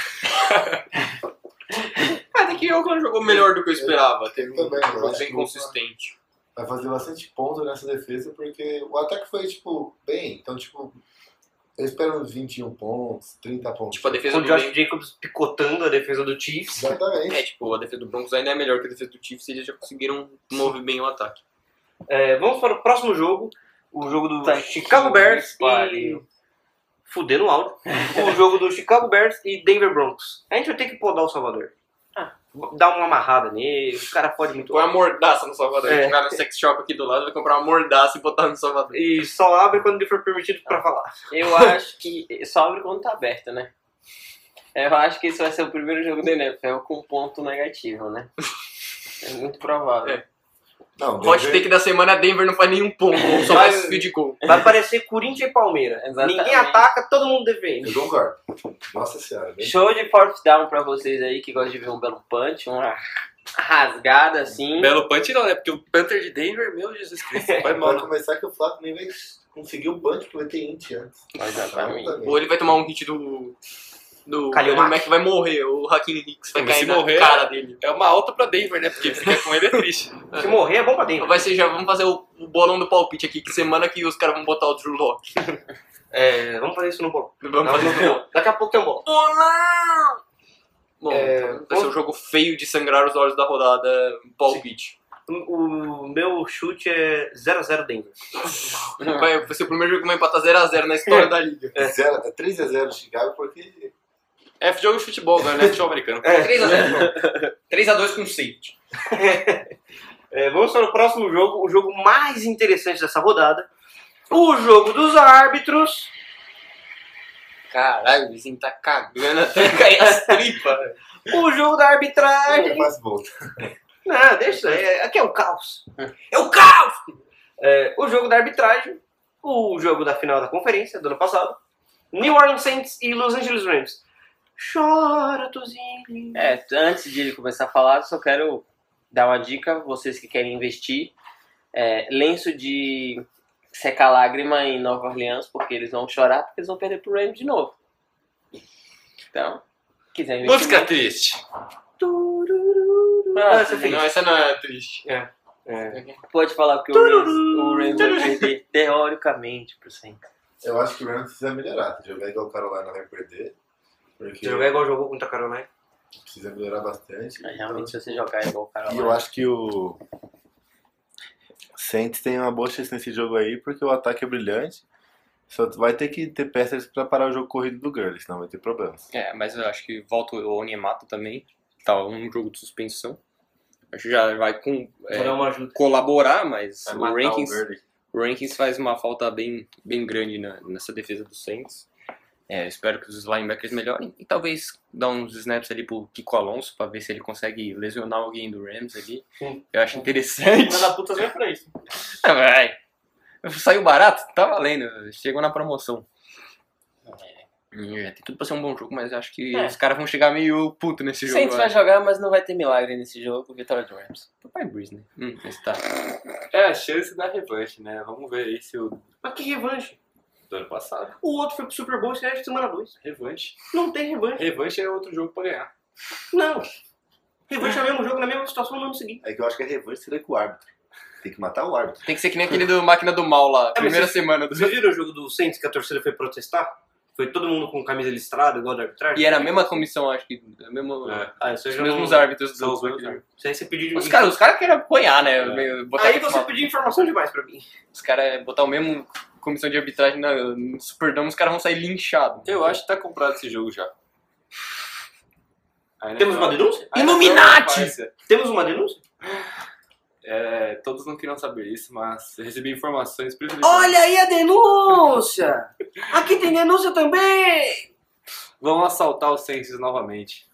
A: Até É, que o Oakland jogou melhor do que eu esperava. Teve um
C: Também, eu
A: jogo
C: acho
A: bem
C: que-
A: consistente.
C: Vai fazer bastante ponto nessa defesa, porque o ataque foi, tipo, bem. Então, tipo, eu espero uns 21 pontos, 30 pontos.
A: Tipo, a
D: Com
A: defesa
D: o
A: do
D: Josh
A: Broncos...
D: Jacobs picotando a defesa do Chiefs.
C: Exatamente.
A: É, tipo, a defesa do Broncos ainda é melhor que a defesa do Chiefs e eles já conseguiram mover bem o ataque.
D: É, vamos para o próximo jogo. O jogo do
B: Tá,
D: Chicago Bears
B: que
D: e...
B: pariu.
D: Fudendo o áudio. o jogo do Chicago Bears e Denver Broncos. A gente vai ter que podar o Salvador. Ah. Dar uma amarrada nele. O cara pode muito.
A: Põe Tipo, é uma mordaça no Salvador.
D: É.
A: O cara no sex shop aqui do lado vai comprar uma mordaça e botar no Salvador.
D: E só abre quando lhe for permitido
A: Ah.
D: pra falar.
B: Eu acho que. Só abre quando tá aberto, né? Eu acho que esse vai ser o primeiro jogo do NFL com ponto negativo, né? É muito provável.
A: É.
C: Não,
A: Pode ter
C: Denver-
A: que da semana a Denver não faz nenhum ponto, ou só faz field goal.
D: Vai parecer Corinthians e Palmeiras.
B: Exatamente.
D: Ninguém ataca, todo mundo defende.
C: Eu concordo. Nossa senhora. né? bem-
B: Show de fourth down pra vocês aí que gostam de ver um belo punch, uma rasgada assim.
E: Belo punch não, né? Porque o Panther de Denver, meu Jesus Cristo, vai mal.
C: Vai começar que o Flávio nem vai conseguir o punch, porque vai ter int antes.
B: Exatamente.
C: É.
A: Ou ele vai tomar um hit do. Do Kalil
D: Kalil Mack.
A: Mack vai morrer, o Hakim Hicks vai
E: Mas
A: cair
E: se
A: na
E: morrer-
A: cara dele.
E: É uma alta pra Denver, né? Porque ficar com ele é triste.
D: Se morrer é bom pra Denver.
A: Vai ser já, vamos fazer o, o bolão do palpite aqui, que semana que os caras vão botar o Drew Lock.
D: É, vamos fazer isso no bolo.
A: Vamos
D: Não,
A: fazer
D: no
A: o bolão.
D: bolo. Daqui a pouco tem um bolo.
A: Bom,
D: É,
A: então vai ser um
D: bom.
A: jogo feio de sangrar os olhos da rodada, palpite.
D: O meu chute é 0x0 Denver.
A: Vai, vai ser o primeiro jogo que vai empatar 0x0 na história da liga.
C: É, zero, é 3x0 Chicago, porque
E: É jogo de futebol, velho, né? Futebol americano.
A: 3x0, 3x2 com safety.
D: É, vamos para o próximo jogo, o jogo mais interessante dessa rodada. O jogo dos árbitros.
A: Caralho, o vizinho tá cagando até cair as tripas. velho.
D: O jogo da
C: é
D: arbitragem.
C: mais volta.
D: Não, deixa. É, aqui é o caos.
A: É o caos!
D: É, o jogo da arbitragem. O jogo da final da conferência do ano passado. New Orleans Saints e Los Angeles Rams. Chora, Tuzinho.
B: É, antes de ele começar a falar, só quero dar uma dica, vocês que querem investir, é, lenço de secar lágrima em Nova Orleans, porque eles vão chorar, porque eles vão perder pro Rams de novo. Então, quiser investir...
E: Música triste.
B: Não,
D: Nossa,
B: gente,
A: Não, essa não é triste.
D: É,
B: Pode falar porque o Rams, o Rams vai perder teoricamente pro Saints.
C: Eu acho que o Rams precisa melhorar. Se jogar igual o Carolina vai perder. Porque
D: Jogar igual jogou contra a Carolina.
C: precisa melhorar bastante.
B: Mas É, realmente, se você jogar igual o cara
C: E
B: lá...
C: eu acho que o Saints tem uma boa chance nesse jogo aí, porque o ataque é brilhante. Só vai ter que ter peças pra parar o jogo corrido do Gurley, senão vai ter problemas.
E: É, mas eu acho que volta o Oniemato também. Tá um jogo de suspensão. Acho que já vai com, é,
D: Vou dar uma ajuda.
E: colaborar, mas
C: Vai
E: o
C: matar
E: Rankings,
C: o Gurley.
E: o Rankings faz uma falta bem, bem grande na- nessa defesa do Saints. É, espero que os linebackers melhorem e talvez dar uns snaps ali pro Kiko Alonso pra ver se ele consegue lesionar alguém do Rams ali.
D: Sim.
E: Eu acho interessante.
D: Mas a puta sempre pra isso.
E: Ah, vai. Saiu barato? Tá valendo. Chegou na promoção. É, tem tudo pra ser um bom jogo, mas acho que
B: É.
E: os caras vão chegar meio puto nesse jogo.
B: Saints
E: eu
B: vai
E: acho.
B: jogar, mas não vai ter milagre nesse jogo, vitória do Rams.
E: Vai Breeze, né? Hum, mas tá.
G: É, a chance da revanche, né? Vamos ver aí se o
D: Mas que revanche.
G: do ano passado.
D: O outro foi pro Super Bowl e será de semana 2.
G: Revanche.
D: Não tem revanche.
G: Revanche é outro jogo pra ganhar.
D: Não. Revanche é o mesmo jogo, na mesma situação no ano seguinte.
C: É que eu acho que a revanche seria com o árbitro. Tem que matar o árbitro.
A: Tem que ser que nem aquele do Máquina do Mal lá,
D: mas
A: primeira
D: se-
A: semana do.
D: Vocês viram o jogo do Saints que a torcida foi protestar? Foi todo mundo com camisa listrada, igual da arbitragem?
A: E era a mesma comissão, acho que. A mesma,
G: É.
D: Ah, isso aí
A: Os
D: já
A: mesmos
D: não-
A: árbitros
G: São
A: do.
G: os mesmos árbitros.
D: Isso aí você pediu de
A: Os caras os cara querem apanhar, né? Meio- Botar
D: Aí
A: aquele
D: você
A: mal-
D: pediu informação demais pra mim.
A: Os caras é botar o mesmo comissão de arbitragem na, no Superdome, os caras vão sair linchados.
G: Eu acho que tá comprado esse jogo já. A NFL
E: né,
A: É.
D: Temos uma denúncia?
E: então,
G: A NFL
A: Illuminati!
G: faz, é.
D: Temos uma denúncia?
E: é, todos não queriam saber isso, mas eu recebi informações privilegiadas.
H: Olha aí a denúncia! Aqui tem denúncia também!
E: Vão assaltar os Saints novamente.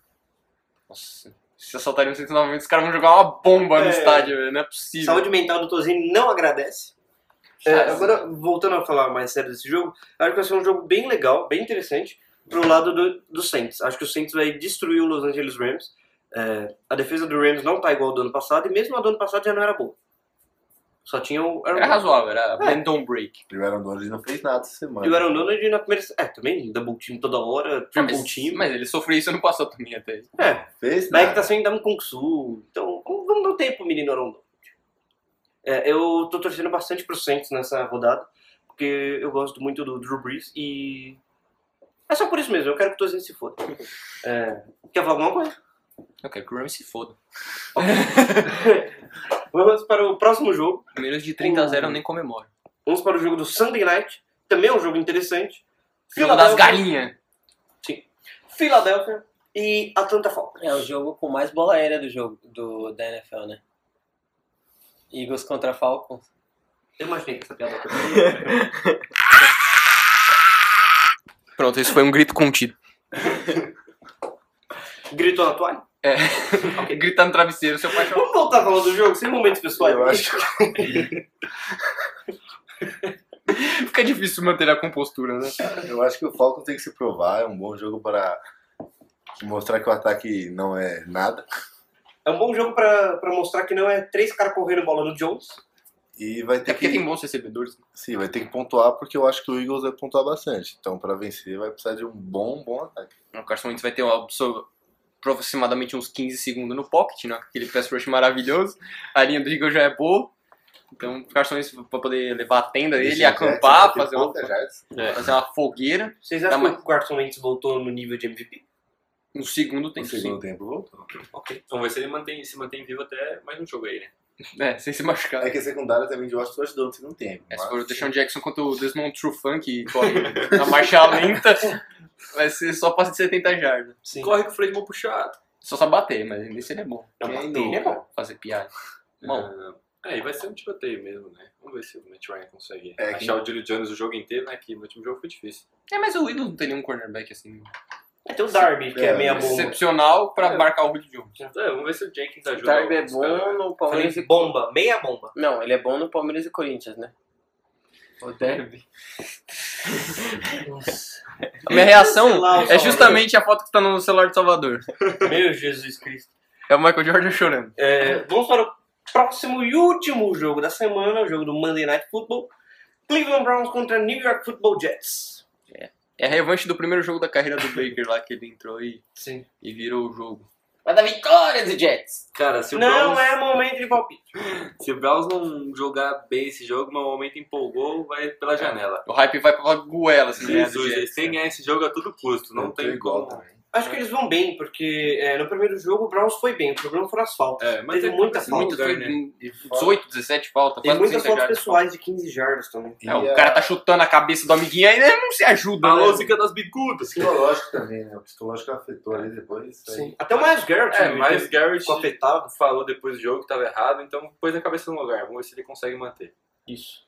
A: Nossa, se assaltarem o 109, os caras vão jogar uma bomba no estádio, velho. Não é possível.
D: Saúde mental do Tozini não agradece. É, agora, voltando a falar mais sério desse jogo, acho que vai ser um jogo bem legal, bem interessante, pro lado do, do Saints. Acho que o Saints vai destruir o Los Angeles Rams. É, a defesa do Rams não tá igual ao do ano passado, e mesmo a do ano passado já não era boa. Só tinha o Aaron
A: Era
D: Donald.
A: razoável, era Brandon Break.
C: E o Aaron Donald não fez nada essa semana.
D: E o Aaron Donald na primeira... É, também, double team toda hora,
A: Ah,
D: triple
A: mas, ah.
D: team.
A: mas ele sofreu isso ano passado também até.
D: É,
C: Fez
D: daí
C: nada.
D: que tá sem dar um Kung Su. Então, vamos vamos dar um tempo, menino Aaron Donald. É, eu tô torcendo bastante pro Saints nessa rodada, porque eu gosto muito do Drew Brees e... É só por isso mesmo, eu quero que todos eles se foda. É, quer falar alguma coisa?
A: Eu quero que o Rams se foda.
D: Vamos para o próximo jogo.
A: Menos de 30 a 0 eu nem comemoro.
D: Vamos para o jogo do Sunday Night. Também é um jogo interessante.
A: Jogo das galinhas.
D: Filadélfia e Atlanta Falcons.
F: É o jogo com mais bola aérea do jogo do, da NFL, né? Eagles contra Falcons.
D: Eu imaginei que essa piada
A: Pronto, isso foi um grito contido.
D: Gritou na toalha?
A: É. Gritar no travesseiro, seu paixão.
D: Vamos voltar a falar do jogo, sem momentos pessoais.
C: Eu acho
A: Fica difícil manter a compostura, né?
C: Eu acho que o Falcon tem que se provar, é um bom jogo para mostrar que o ataque não é nada.
D: É um bom jogo pra, pra mostrar que não é três caras correndo bola no Jones.
C: E vai
A: Até
D: É
C: ter
A: É porque
C: que.
A: tem bons recebedores.
C: Sim, vai ter que pontuar, porque eu acho que o Eagles vai pontuar bastante. Então, para vencer, vai precisar de um bom, bom ataque.
A: O Carson Wentz vai ter uma absor- aproximadamente uns 15 segundos no pocket, né? aquele pass rush maravilhoso. A linha do Eagle já é boa. Então o Carson Wentz vai poder levar a tenda dele,
C: Deixa o
A: acampar,
C: Jackson,
A: fazer,
C: tem
A: uma,
C: poucas yards.
A: fazer uma fogueira.
D: Vocês
A: Tá,
D: acham
A: mas-
D: que o Carson Wentz voltou no nível de MVP?
A: No Um segundo
C: No
A: tempo,
C: Um segundo tempo voltou.
E: Ok. Vamos ver se ele mantém, se mantém vivo até mais um jogo aí, né?
A: sim. É, sem se machucar.
C: É que a secundária também de Washington ajudou no segundo tempo.
A: É,
C: mas-
A: se for o Deshaun Jackson contra o Desmond Trufant, que corre na marcha lenta, vai ser só passe de 70 jardas.
D: Sim.
E: Corre que o Fred vão puxado.
A: Só sabe bater, mas nesse ele é bom.
D: Não,
A: Porque
D: bater ele é bom.
A: Fazer piada. Bom,
E: É, e vai ser um tiroteio mesmo, né? Vamos ver se o Matt Ryan consegue
C: É,
E: achar o Julio Jones o jogo inteiro, né? Que no último jogo foi difícil.
A: é, mas o Eagles não tem nenhum cornerback assim.
D: É, tem o Darby, que é,
C: É,
D: meia bomba.
A: excepcional pra
E: É.
A: marcar o Rudy Jones.
E: É, vamos ver se o Jenkins
F: O
E: ajuda.
F: Darby é
E: os caras.
F: bom no Palmeiras e...
D: Bomba, meia bomba.
F: Não, ele é bom no Palmeiras e Corinthians, né? O Derby.
A: A minha reação
D: Sei lá, o
A: é
D: Salvador.
A: justamente a foto que tá no celular do Salvador.
D: Meu Jesus Cristo.
A: É o Michael Jordan chorando.
D: É, vamos para o próximo e último jogo da semana, o jogo do Monday Night Football. Cleveland Browns contra New York Football Jets.
A: É a revanche do primeiro jogo da carreira do Baker lá, que ele entrou e,
D: Sim.
A: e virou o jogo.
F: Mas a vitória do Jets!
E: Cara, se o
D: Não
E: Browns-
D: é momento de palpite.
E: Se o Browns não jogar bem esse jogo, mas o momento empolgou, vai pela janela.
A: O hype vai pra goela, assim, né? do
E: Jesus,
A: Jets.
E: eles têm que ganhar esse jogo a todo custo, não
C: Eu tô É,
E: tem
C: igual
E: como.
C: também.
D: Acho que eles vão bem, porque é, no primeiro jogo o Browns foi bem, o problema foram as faltas.
E: É, mas
D: Teve
E: é
D: muita
E: muito
D: falta,
A: Muito,
E: lugar,
A: foi
E: né?
A: 18, 17 falta,
D: Tem
A: quase
D: muitas
A: 30
D: faltas
A: jardas.
D: pessoais de 15 jardas também.
C: E
A: É, o
C: a-
A: cara tá chutando a cabeça do amiguinho aí, né? não se ajuda,
E: A
A: né?
E: música das bicudas.
C: Psicológico também, né? O psicológico afetou ali depois. aí-
D: Até o Miles Garrett,
E: É,
D: né,
E: mas
D: teve-
E: Garrett
D: ficou afetado.
E: falou depois do jogo que tava errado, então pôs a cabeça no lugar. Vamos ver se ele consegue manter.
D: Isso.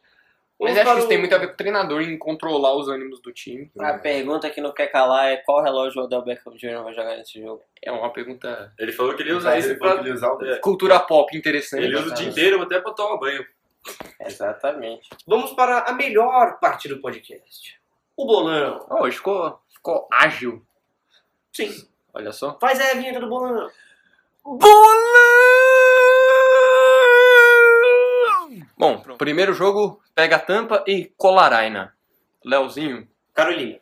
A: Mas
D: Vamos
A: acho
D: para
A: que isso tem
D: o-
A: muito a ver com o treinador em controlar os ânimos do time.
D: Uhum.
F: A pergunta que não quer calar é qual relógio o Odell Beckham Jr. vai jogar nesse jogo.
A: É uma pergunta.
E: Ele falou que ele
C: Ele
E: usa
C: usar
E: esse
C: esse
E: pra...
C: ele usar o
E: É.
A: Cultura pop interessante.
E: Ele usa o dia inteiro até pra tomar banho.
F: Exatamente.
D: Vamos para a melhor parte do podcast. O bolão.
A: Ó, hoje ficou, ficou ágil.
D: Sim.
A: Olha só.
D: Faz aí a vinheta do bolão.
A: Bom, primeiro jogo pega a tampa e Colaraina. Leozinho,
D: Carolina.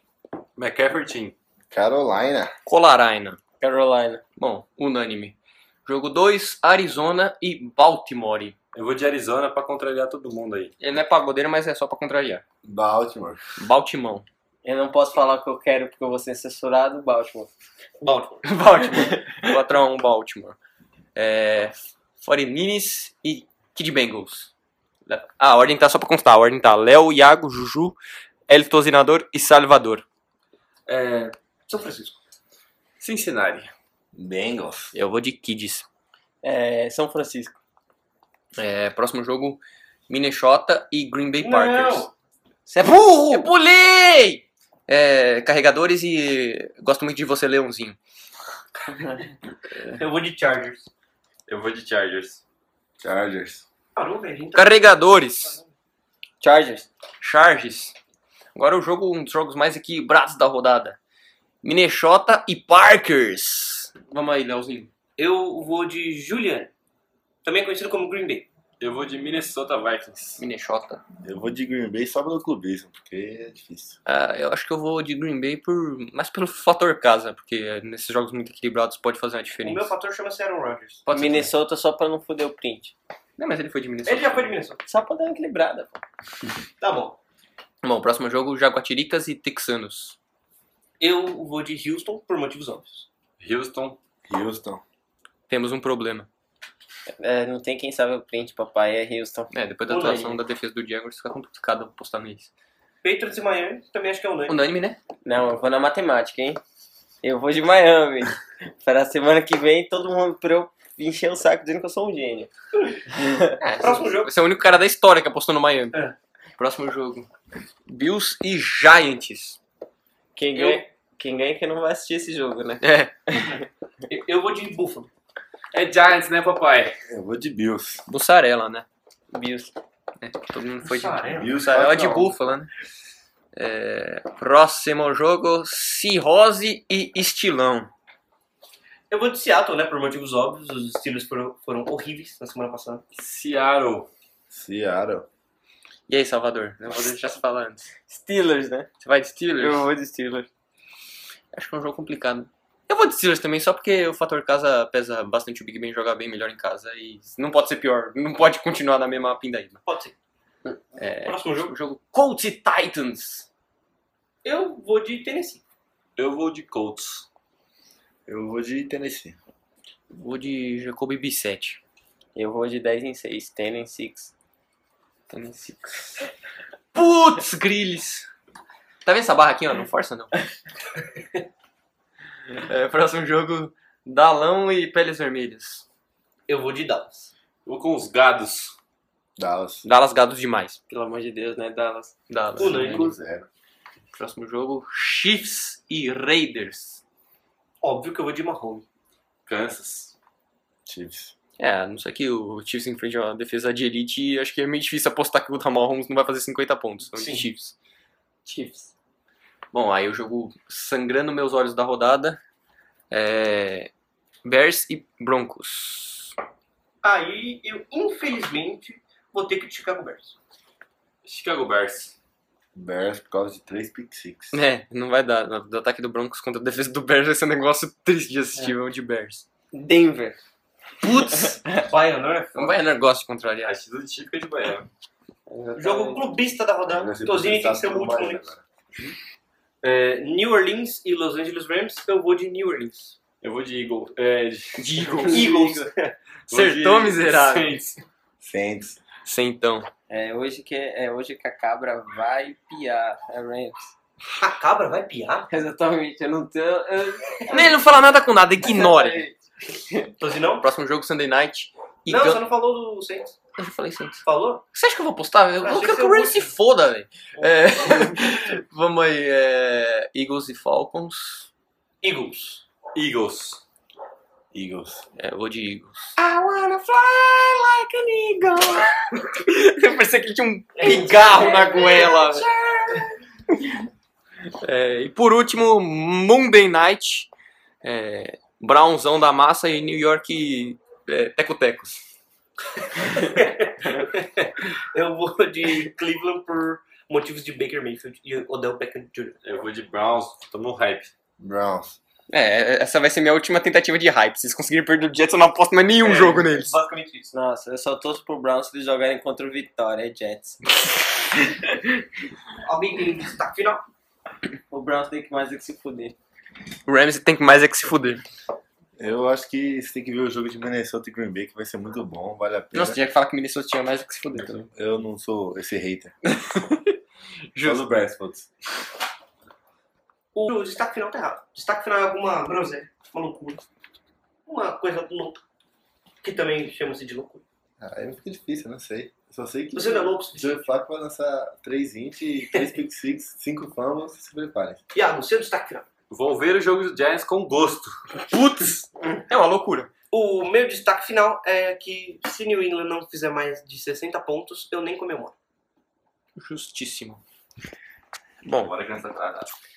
E: McCaffrey Team.
C: Carolina.
A: Colaraina.
F: Carolina.
A: Bom, unânime. Jogo 2, Arizona e Baltimore.
E: Eu vou de Arizona pra contrariar todo mundo aí.
A: Ele não é pagodeiro, mas é só pra contrariar.
C: Baltimore.
A: Baltimão.
F: Eu não posso falar o que eu quero porque eu vou ser censurado, Baltimore.
D: Baltimore.
A: Baltimore. 4x1 Baltimore. É, 49ers e Kid Bengals. Ah, a ordem tá só pra constar. A ordem tá Léo, Iago, Juju, El Tozinador e Salvador.
D: São Francisco.
E: Cincinnati.
C: Bengals.
A: Eu vou de Kids.
F: É, São Francisco.
A: É, próximo jogo, Minnesota e Green Bay
D: Não.
A: Packers. Você é burro! Eu pulei! É, carregadores e gosto muito de você, Leãozinho.
D: Eu vou de Chargers.
E: Eu vou de Chargers.
C: Chargers.
D: Parou, velho. a gente tá-
A: Carregadores,
F: Chargers.
A: Charges. Agora o jogo, um dos jogos mais equilibrados da rodada. Minnesota e Parkers. Vamos aí, Leãozinho.
D: Eu vou de Julian. Também conhecido como Green Bay.
E: Eu vou de Minnesota Vikings.
A: Minnesota.
C: Eu vou de Green Bay só pelo clubismo, porque é difícil.
A: Ah, eu acho que eu vou de Green Bay por, mais pelo fator casa, porque nesses jogos muito equilibrados pode fazer uma
D: O meu
A: diferença.
D: fator chama-se Aaron Rodgers.
A: Pode ser
F: Minnesota só pra não foder o print.
A: também. Não, mas ele foi de Minnesota.
D: Ele já foi de Minnesota.
F: Só pra dar uma equilibrada. pô.
D: Tá bom.
A: Bom, próximo jogo, Jaguatiricas e Texanos.
D: Eu vou de Houston por motivos óbvios.
E: Houston.
C: Houston.
A: Temos um problema.
F: É, não tem quem sabe o print, papai. É Houston.
A: É, depois da
D: Olá,
A: atuação
D: gente.
A: da defesa do Jaguars, fica complicado apostar neles.
D: Patriots e Miami também acho que é unânime.
A: Unânime, né?
F: Não, eu vou na matemática, hein? Eu vou de Miami. pra semana que vem, todo mundo pra eu encher o saco dizendo que eu sou um gênio.
D: Próximo jogo.
A: Você é o único cara da história que apostou no Miami.
D: É.
A: Próximo jogo. Bills e Giants.
F: Quem
D: Eu-
F: ganha, quem ganha é que não vai assistir esse jogo, né?
A: É,
D: Eu- Eu vou de Buffalo.
E: É Giants, né, papai?
C: Eu vou de Bills.
A: mussarela, né?
F: Bills.
A: É, todo mundo foi de
D: Mussarela.
C: Bills
A: mussarela de
C: 4 a 1.
A: búfala, né? É, próximo jogo, Cirrose e Estilão.
D: Eu vou de Seattle, né? Por motivos óbvios. Os Steelers foram, foram horríveis na semana passada.
E: Seattle.
C: Seattle.
A: E aí, Salvador? Eu vou deixar você falar antes.
F: Steelers, né?
A: Você vai de Steelers?
F: Eu vou de Steelers.
A: Acho que é um jogo complicado. Eu vou de Steelers também, só porque o fator casa pesa bastante. O Big Ben joga bem melhor em casa e não pode ser pior. Não pode continuar na mesma pindaíba.
D: Pode ser.
A: É.
D: Próximo jogo.
A: O jogo Colts e Titans.
D: Eu vou de Tennessee.
E: Eu vou de Colts.
C: Eu vou de Tennessee.
A: Vou de Jacoby Bissett.
F: Eu vou de 10 em 6, 10 em 6.
A: Tennessee. Putz, Grilles. Tá vendo essa barra aqui, ó? Não força, não. É, próximo jogo, Dalão e Peles Vermelhas.
D: Eu vou de Dallas.
E: Eu vou com os gados.
C: Dallas.
A: Dallas gados demais.
F: Pelo amor de Deus, né, Dallas?
A: Dallas.
D: Unânime.
A: né?
C: 0.
A: Próximo jogo, Chiefs e Raiders.
D: Óbvio que eu vou de Mahomes.
E: Kansas.
C: Chiefs.
A: É, a não sei que o Chiefs enfrente uma defesa de elite e acho que é meio difícil apostar que o Damar Holmes não vai fazer 50 pontos. Então, de
D: Sim.
A: Chiefs.
F: Chiefs.
A: Bom, aí o jogo sangrando meus olhos da rodada. É... Bears e Broncos.
D: Aí eu, infelizmente, vou ter que de Chicago Bears.
E: Chicago Bears.
C: Bears por causa de 3 pick 6.
A: É, não vai dar. Do ataque do Broncos contra a defesa do Bears vai ser um negócio triste de assistir, vamos de Bears.
F: Denver.
A: Putz!
D: Baiano, né?
A: não vai negócio de contrariar.
E: É Atitude típica de Bahia.
D: Jogo clubista da rodada. Tozinho tem que ser o último, né? É, New Orleans e Los Angeles Rams. Eu vou de New Orleans.
E: Eu vou de Eagles. É, de...
A: De Eagles.
D: Eagles.
E: vou de
A: Acertou, miserável.
E: Saints.
C: Saints.
A: Sem então.
F: É hoje, que, é hoje que a cabra vai piar. É Rams.
D: A cabra vai piar?
F: Exatamente, eu não tenho... Eu...
A: Ele não fala nada com nada, ignora.
D: Tozinho não?
A: Próximo jogo, Sunday Night. E
D: Não,
A: Gun-
D: você não falou do Saints.
A: Eu já falei Saints.
D: Falou?
A: Você acha que eu vou postar? Eu,
D: Ah,
A: eu
D: achei
A: quero
D: que
A: que o
D: você
A: Rams se
D: ia-
A: foda, velho. É, Vamos aí. é, Eagles e Falcons.
D: Eagles.
E: Eagles.
C: Eagles.
A: É, eu vou de Eagles.
F: I wanna fly like an eagle. É,
A: Parecia que ele tinha um pigarro na goela. velho. É, e por último, Monday Night. É, Brownzão da massa e New York é, Teco-Tecos.
D: Eu vou de Cleveland por motivos de Baker Mayfield e Odell Beckham Jr.
E: Eu vou de Browns. Tô no hype.
C: Browns.
A: É, essa vai ser minha última tentativa de hype. Se vocês conseguirem perder o Jets, eu não aposto mais nenhum jogo neles.
D: Basicamente isso.
F: Nossa, eu só torço pro Browns se eles jogarem contra o Vitória e Jets.
D: Alguém tem destaque final?
F: O Browns tem que mais do que se fuder.
A: O Rams tem que mais é que se fuder.
C: Eu acho que você tem que ver o jogo de Minnesota e Green Bay, que vai ser muito bom, vale a pena.
A: Nossa, tinha que falar que Minnesota tinha mais é que se fuder também.
C: Eu não sou esse hater. Só
A: Justo.
C: do Bears, putz.
D: O destaque final tá errado. Destaque final é alguma groselha, uma loucura. Uma coisa louca. Que também chama-se de loucura.
C: Ah, Aí fica difícil, eu não sei. Eu só sei que
D: Você não é louco,
C: o Joe Flacco vai lançar 3 20 e 3 pick six, 5 fumbles, se preparem.
D: Iago, seu destaque final.
E: Vou ver o jogo do Giants com gosto.
A: Putz! É uma loucura.
D: O meu destaque final é que se New England não fizer mais de 60 pontos, eu nem comemoro.
A: Justíssimo.
E: Bora que nessa-